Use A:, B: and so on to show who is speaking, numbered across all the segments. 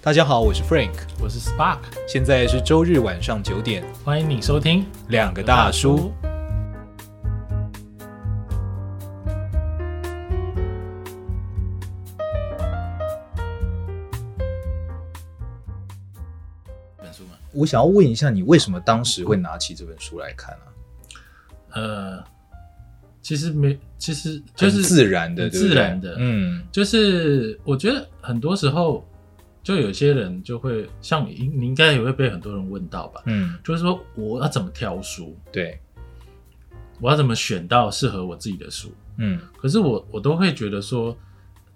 A: 大家好，我是 Frank，
B: 我是 Spark，
A: 现在是周日晚上九点，
B: 欢迎你收听
A: 两个大叔。
B: 这本书嘛。
A: 我想要问一下，你为什么当时会拿起这本书来看啊？
B: 呃，其实没，其实就
A: 很
B: 是
A: 自然的，
B: 很
A: 对不对
B: 自然的
A: 嗯
B: 就是我觉得很多时候，就有些人就会像你，你应该也会被很多人问到吧，
A: 嗯，
B: 就是说我要怎么挑书，
A: 对，
B: 我要怎么选到适合我自己的书？
A: 嗯
B: 可是我我都会觉得说，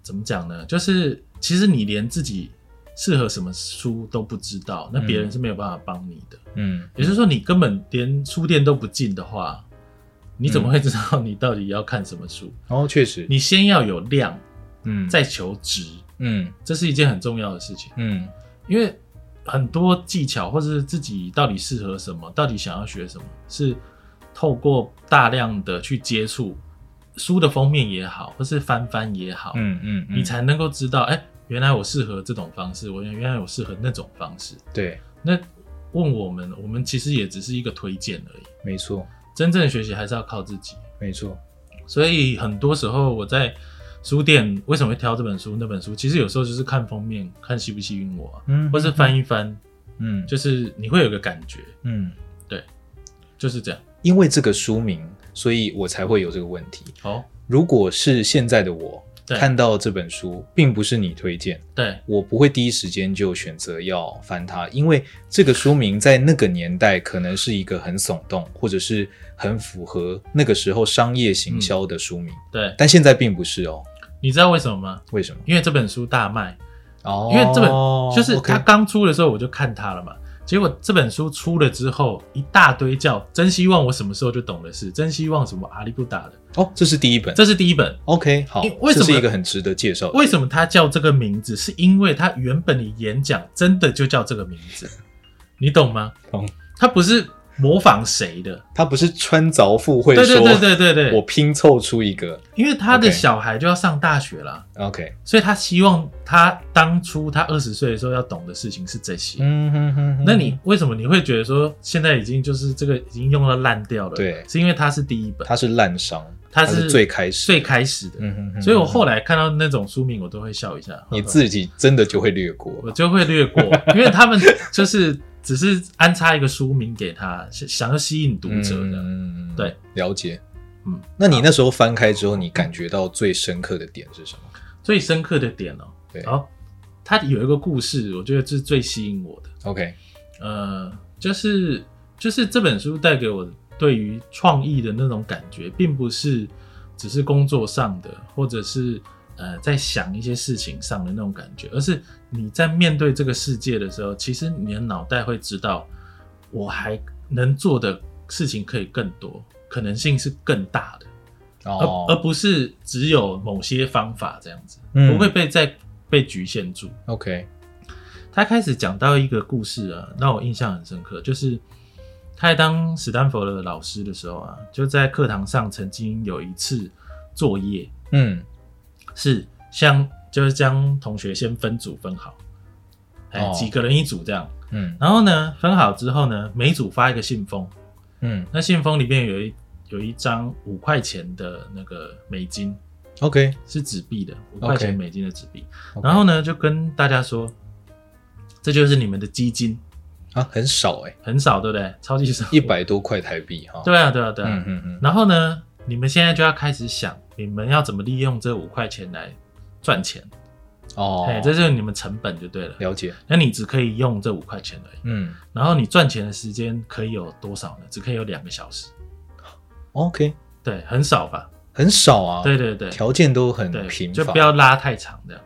B: 怎么讲呢？就是其实你连自己适合什么书都不知道，那别人是没有办法帮你的。
A: 嗯
B: 也就是说，你根本连书店都不进的话，你怎么会知道你到底要看什么书？
A: 然后哦确实，
B: 你先要有量，
A: 嗯
B: 再求值，
A: 嗯
B: 这是一件很重要的事情。
A: 嗯
B: 因为很多技巧或者是自己到底适合什么，到底想要学什么，是透过大量的去接触书的封面也好，或是翻翻也好，
A: 嗯嗯，
B: 你才能够知道，哎、原来我适合这种方式，我原原来我适合那种方式。
A: 对，
B: 那问我们，我们其实也只是一个推荐而已，
A: 没错
B: 真正的学习还是要靠自己。
A: 没错，
B: 所以很多时候我在书店为什么会挑这本书那本书，其实有时候就是看封面，看吸不吸引我啊、
A: 嗯
B: 或是翻一翻，
A: 嗯
B: 就是你会有个感觉，
A: 嗯，
B: 就是这样。
A: 因为这个书名，所以我才会有这个问题。
B: 哦，
A: 如果是现在的我
B: 对
A: 看到这本书，并不是你推荐。
B: 对
A: 我不会第一时间就选择要翻它，因为这个书名在那个年代可能是一个很耸动，或者是很符合那个时候商业
B: 嗯
A: 行销的书名，
B: 对，
A: 但现在并不是哦。
B: 你知道为什么吗？
A: 为什么？
B: 因为这本书大卖，
A: 哦，
B: 因为这本就是它
A: OK
B: 刚出的时候我就看它了嘛。结果这本书出了之后，一大堆叫“真希望我什么时候就懂的事”，真希望什么阿里不达的，
A: 哦，这是第一本。
B: 这是第一本。
A: OK，好
B: 因为，为什么
A: 这是一个很值得介绍的。
B: 为什么它叫这个名字？是因为它原本的演讲真的就叫这个名字，你懂吗？
A: 懂。
B: 它不是模仿谁的，
A: 它不是穿凿附会
B: 对
A: 说，
B: 对对对对对，
A: 我拼凑出一个。
B: 因为他的
A: OK
B: 小孩就要上大学啦。
A: OK，
B: 所以他希望他当初他二十岁的时候要懂的事情是这些。
A: 嗯哼哼哼
B: 那你为什么你会觉得说现在已经就是这个已经用到烂掉了？
A: 对
B: 是因为它是第一本，
A: 它是烂伤，
B: 它
A: 它
B: 是
A: 最开始，
B: 最开始的。
A: 嗯哼哼哼
B: 所以我后来看到那种书名，我都会笑一下。
A: 你自己真的就会略过。
B: 我就会略 过，因为他们就是只是安插一个书名给他，想想要吸引读者
A: 嗯
B: 的。
A: 嗯嗯嗯
B: 对，
A: 了解。
B: 嗯，
A: 那你那时候翻开之后，你感觉到最深刻的点是什么？
B: 最深刻的点哦、
A: 对
B: 然后他有一个故事，我觉得是最吸引我的。
A: ，OK，
B: 呃，就是就是这本书带给我对于创意的那种感觉，并不是只是工作上的，或者是呃在想一些事情上的那种感觉，而是你在面对这个世界的时候，其实你的脑袋会知道，我还能做的事情可以更多，可能性是更大的，
A: 哦，
B: 而而不是只有某些方法这样子，
A: 嗯
B: 不会被再被局限住。
A: OK，
B: 他开始讲到一个故事啊，让我印象很深刻，就是他在当史丹佛的老师的时候啊，就在课堂上曾经有一次作业
A: 嗯，
B: 是像就是将同学先分组分好，哎、
A: 哦
B: 几个人一组这样，
A: 嗯，
B: 然后呢分好之后呢，每组发一个信封，
A: 嗯
B: 那信封里面有一有一张五块钱的那个美金，
A: ，OK，
B: 是纸币的，五块
A: OK
B: 钱美金的纸币
A: OK
B: 然后呢就跟大家说，这就是你们的基金。
A: 啊，很少 哎，
B: 很少，对不对？超级少，
A: 一。百多块台币哈。，
B: 对啊，对啊，对啊。
A: 嗯嗯嗯，
B: 然后呢，你们现在就要开始想，你们要怎么利用这五块钱来赚钱？
A: 哦
B: 哎、，这就是你们成本就对了。
A: 了解，
B: 那你只可以用这五块钱而已。
A: 嗯
B: 然后你赚钱的时间可以有多少呢？只可以有两个小时。
A: ，OK，
B: 对，很少吧？
A: 很少啊，
B: 对，对对，
A: 条件都很
B: 对，
A: 贫
B: 就
A: 乏
B: 不，要拉太长这样。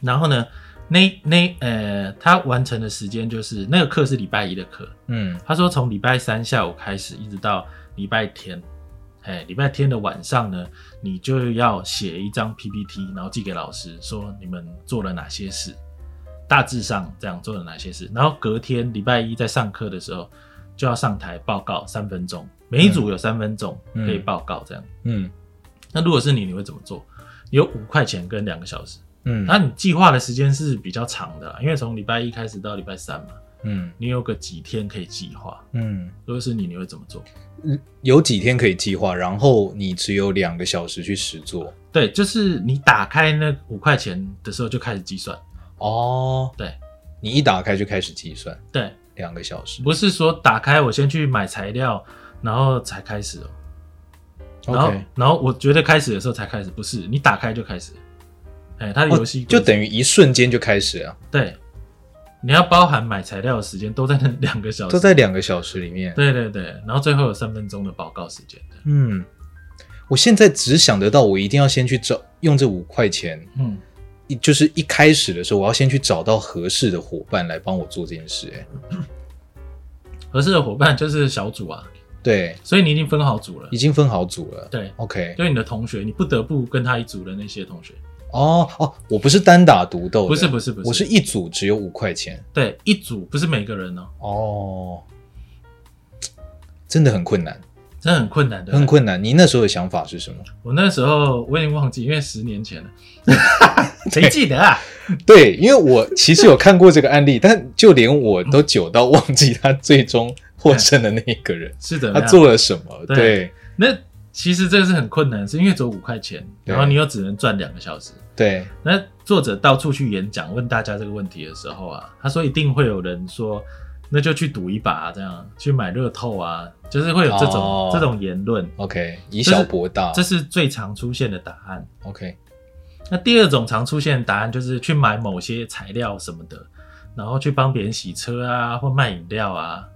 B: 然后呢，那那呃，他完成的时间就是那个课是礼拜一的课，
A: 嗯
B: 他说从礼拜三下午开始，一直到礼拜天，哎，礼拜天的晚上呢，你就要写一张 PPT，然后寄给老师，说你们做了哪些事，大致上这样做了哪些事。然后隔天礼拜一在上课的时候，就要上台报告三分钟，每一组有三分钟
A: 嗯
B: 可以报告这样。
A: 嗯
B: 那如果是你，你会怎么做？有五块钱跟两个小时，
A: 嗯
B: 那你计划的时间是比较长的啦，啊因为从礼拜一开始到礼拜三嘛，
A: 嗯
B: 你有个几天可以计划。
A: 嗯，
B: 如果是你，你会怎么做？
A: 有几天可以计划，然后你只有两个小时去实做
B: 对，就是你打开那五块钱的时候就开始计算。
A: 哦。
B: 对
A: 你一打开就开始计算
B: 对，
A: 两个小时
B: 不是说打开我先去买材料，然后才开始哦、然后
A: ，OK，
B: 然后我觉得开始的时候才开始，不是你打开就开始。哎、它的
A: 哦
B: 游戏规
A: 就
B: 则
A: 等于一瞬间就开始啊，
B: 对，你要包含买材料的时间都在那 两个小时。
A: 都在两个小时里面。
B: 对对对，然后最后有三分钟的报告时间。
A: 嗯，我现在只想得到，我一定要先去找用这五块钱，
B: 嗯，
A: 一就是一开始的时候，我要先去找到合适的伙伴来帮我做这件事、哎，
B: 合适的伙伴就是小组啊，
A: 对，
B: 所以你已经分好组了
A: 已。经分好组了。
B: 对，
A: OK，
B: 就是你的同学，你不得不跟他一组的那些同学，
A: 哦哦，我不是单打独斗的，
B: 不是不是不是，
A: 我是一组只有五块钱。
B: 对一组，不是每个人哦，
A: 哦，真的很困难，
B: 真的很困难的。
A: 很困难。你那时候的想法是什么？
B: 我那时候我已经忘记，因为十年前 了，谁记得啊？
A: 对，因为我其实有看过这个案例，但就连我都久到忘记他最终获胜的那一个 人，
B: 是的，
A: 他做了什么？
B: 对
A: 对
B: 那其实这个是很困难，是因为只有五块钱，
A: 对
B: 然后你又只能赚两个小时。
A: 对，
B: 那作者到处去演讲，问大家这个问题的时候啊，他说一定会有人说，那就去赌一把、啊，这样去买乐透啊，就是会有这种、
A: 哦
B: 这种言论，
A: OK，以小博大
B: 这是最常出现的答案。
A: ，OK，
B: 那第二种常出现的答案就是去买某些材料什么的，然后去帮别人洗车啊，或卖饮料啊。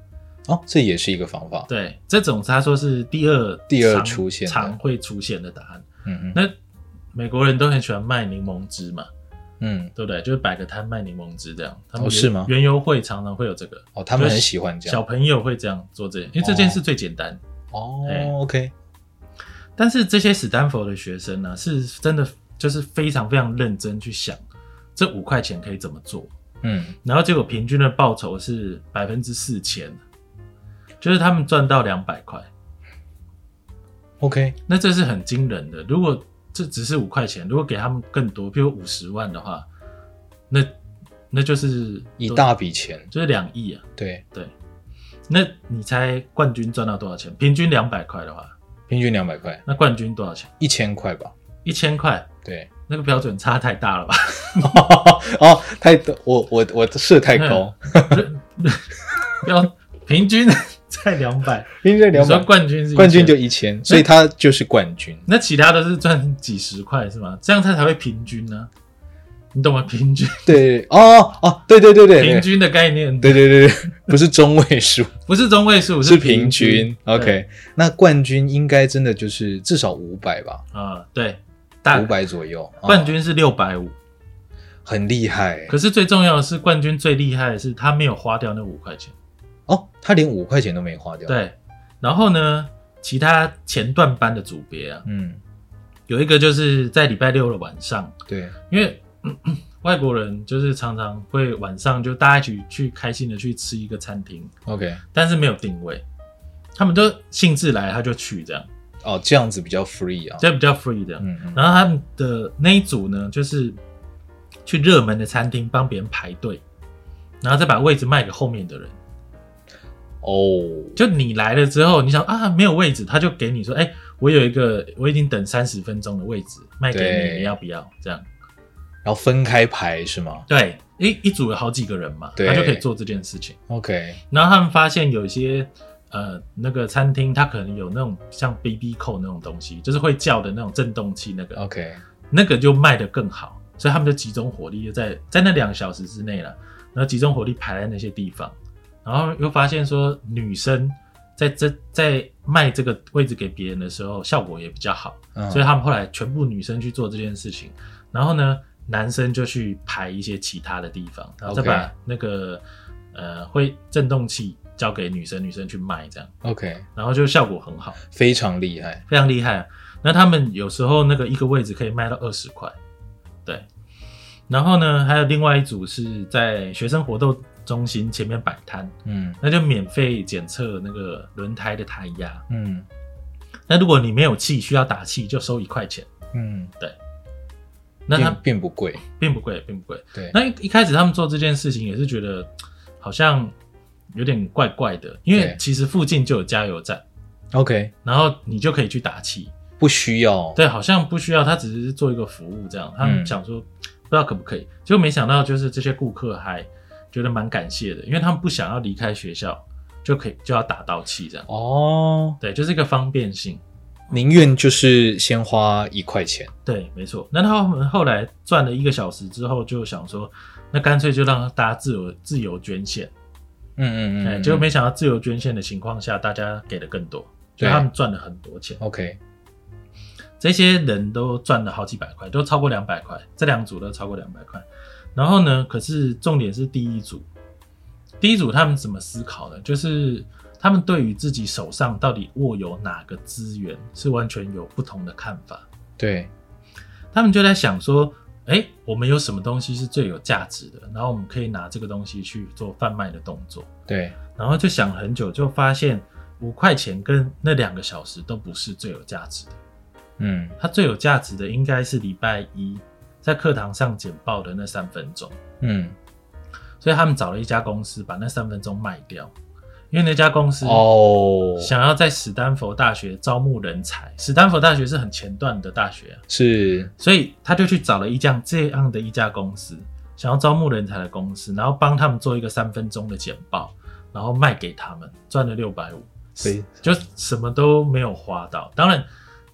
A: 哦，这也是一个方法。
B: 对，这种他说是第二
A: 第二
B: 常
A: 出现的
B: 常会出现的答案。
A: 嗯嗯
B: 那美国人都很喜欢卖柠檬汁嘛，
A: 嗯，
B: 对不对？就是摆个摊卖柠檬汁这样。他
A: 哦
B: 们
A: 是吗
B: 园游会常常会有这个，
A: 哦，他们很喜欢这
B: 小
A: 样。
B: 朋友会这样做这件，因为这件事最简单。
A: 哦
B: 哎
A: ，OK，
B: 但是这些史丹佛的学生呢、是真的就是非常非常认真去想这五块钱可以怎么做，
A: 嗯，
B: 然后结果平均的报酬是百分之四千，就是他们赚到两百块，
A: OK，
B: 那这是很惊人的。如果这只是五块钱，如果给他们更多，譬如五十万的话，那那就是
A: 一大笔钱，
B: 就是两亿啊。
A: 对，
B: 那你猜冠军赚到多少钱？平均两百块的话，
A: 平均两百块，
B: 那冠军多少钱？
A: 一千块吧，
B: 一千块，
A: 对。
B: 那个标准差太大了吧？
A: 哦，太多，我我我设太高，
B: 标平均在两百，
A: 平均
B: 你
A: 两
B: 说
A: 百，
B: 冠军是1000
A: 冠军就一千，所以他就是冠军。
B: 那其他都是赚几十块是吗？这样他才会平均呢、你懂吗？平均
A: 对，哦哦，对对对对，
B: 平
A: 对
B: 均的概念，
A: 对对 对，对不是中位数，
B: 不是中位数，
A: 是
B: 平
A: 平均。
B: 对
A: OK，那冠军应该真的就是至少五百吧，
B: 啊，对，大
A: 五百左右。哦
B: 冠军是六百五，
A: 很厉害
B: 可是最重要的是，冠军最厉害的是他没有花掉那五块钱。
A: 哦，他连五块钱都没花掉。，
B: 对，然后呢，其他前段班的组别啊，
A: 嗯，
B: 有一个就是在礼拜六的晚上，
A: 对，
B: 因为咳咳外国人就是常常会晚上就大家一起去开心的去吃一个餐厅，
A: OK，
B: 但是没有定位，他们都兴致来他就去这样，
A: 哦，这样子比较 free 啊。
B: 就比较 free 这样。
A: 嗯嗯
B: 然后他们的那一组呢，就是去热门的餐厅帮别人排队，然后再把位置卖给后面的人。
A: 哦，
B: 就你来了之后，你想啊没有位置，他就给你说，哎、我有一个我已经等三十分钟的位置卖给
A: 对
B: 你，你要不要？这样
A: 然后分开排是吗
B: 对，一一组有好几个人嘛，
A: 对
B: 他就可以做这件事情。
A: ？OK，
B: 然后他们发现有一些呃那个餐厅，它可能有那种像 BB 扣那种东西，就是会叫的那种震动器，那个
A: OK，
B: 那个就卖得更好，所以他们就集中火力就在在那两个小时之内了，然后集中火力排在那些地方，然后又发现说女生在这在卖这个位置给别人的时候效果也比较好，
A: 嗯，
B: 所以他们后来全部女生去做这件事情，然后呢男生就去排一些其他的地方，然后再
A: OK
B: 把那个呃会震动器交给女生，女生去卖这样，
A: OK
B: 然后就效果很好，
A: 非常厉害。
B: 非常厉害、啊。那他们有时候那个一个位置可以卖到二十块，对。然后呢，还有另外一组是在学生活动中心前面摆摊，
A: 嗯
B: 那就免费检测那个轮胎的胎压。
A: 嗯
B: 那如果你没有气需要打气，就收一块钱。
A: 嗯，
B: 那它
A: 并并不贵，
B: 并不贵，并不贵。
A: 对
B: 那一一开始他们做这件事情也是觉得好像有点怪怪的，因为
A: 对
B: 其实附近就有加油站，
A: ，OK，
B: 然后你就可以去打气。
A: 不需要，
B: 对，好像不需要，他只是做一个服务这样。他们
A: 嗯
B: 想说不知道可不可以，结果没想到就是这些顾客还觉得蛮感谢的，因为他们不想要离开学校就可以就要打到气这样。
A: 哦，
B: 对，就是一个方便性。
A: 宁愿就是先花一块钱，
B: 对，没错。那他们后来转了一个小时之后，就想说，那干脆就让大家自由自由捐献。
A: 嗯嗯
B: 哎、
A: 嗯，
B: 结果没
A: 嗯
B: 想到自由捐献的情况下，大家给的更多，所
A: 对
B: 以他们赚了很多钱。
A: OK，
B: 这些人都赚了好几百块，都超过两百块，这两组都超过两百块。然后呢，可是重点是第一组，第一组他们怎么思考的？就是他们对于自己手上到底握有哪个资源是完全有不同的看法。
A: 对，
B: 他们就在想说，哎、我们有什么东西是最有价值的？然后我们可以拿这个东西去做贩卖的动作。
A: 对，
B: 然后就想很久，就发现五块钱跟那两个小时都不是最有价值的。
A: 嗯，
B: 它最有价值的应该是礼拜一在课堂上简报的那三分钟。
A: 嗯，
B: 所以他们找了一家公司把那三分钟卖掉，因为那家公司
A: 哦，
B: 想要在史丹佛大学招募人才。史丹佛大学是很前段的大学啊、
A: 是，
B: 所以他就去找了一家这样的一家公司，想要招募人才的公司，然后帮他们做一个三分钟的简报，然后卖给他们，赚了六百五，
A: 所以
B: 就什么都没有花到。当然，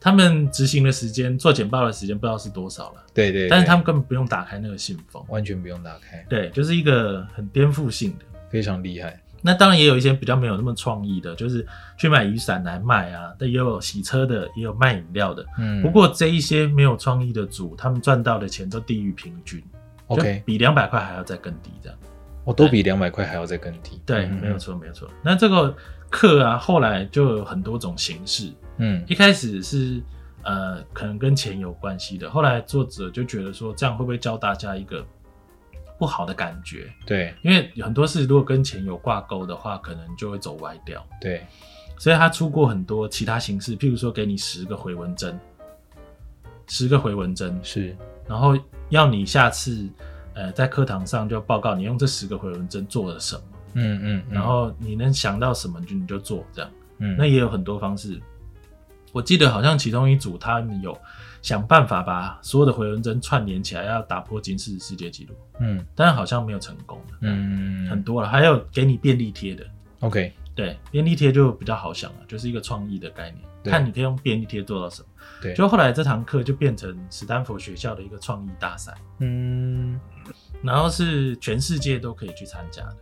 B: 他们执行的时间、做简报的时间不知道是多少了，
A: 对对，
B: 但是
A: 对
B: 他们根本不用打开那个信封。
A: 完全不用打开，
B: 对，就是一个很颠覆性的。
A: 非常厉害，
B: 那当然也有一些比较没有那么创意的，就是去买雨伞来卖啊，但也有洗车的，也有卖饮料的。
A: 嗯，
B: 不过这一些没有创意的组，他们赚到的钱都低于平均就
A: OK，
B: 比两百块还要再更低这样。
A: 我都比两百块还要再更低，
B: 对，
A: 嗯
B: 没有，错，没有错。那这个课啊，后来就有很多种形式，
A: 嗯
B: 一开始是呃，可能跟钱有关系的，后来作者就觉得说，这样会不会教大家一个不好的感觉？
A: 嗯，对
B: 因为有很多事如果跟钱有挂钩的话，可能就会走歪掉。
A: 对，
B: 所以他出过很多其他形式，譬如说给你十个回纹针，十个回纹针，
A: 是，
B: 然后要你下次呃在课堂上就报告你用这十个回纹针做了什么，
A: 嗯嗯，嗯
B: 然后你能想到什么就你就做这样。
A: 嗯，
B: 那也有很多方式，我记得好像其中一组他们有想办法把所有的回纹针串联起来，要打破金氏世界纪录，
A: 嗯
B: 但是好像没有成功的，
A: 嗯
B: 很多了，还有给你便利贴的。
A: OK，
B: 对，便利贴就比较好想了，啊就是一个创意的概念，
A: 对
B: 看你可以用便利贴做到什么。
A: 对
B: 就后来这堂课就变成史丹佛学校的一个创意大赛，
A: 嗯
B: 然后是全世界都可以去参加的。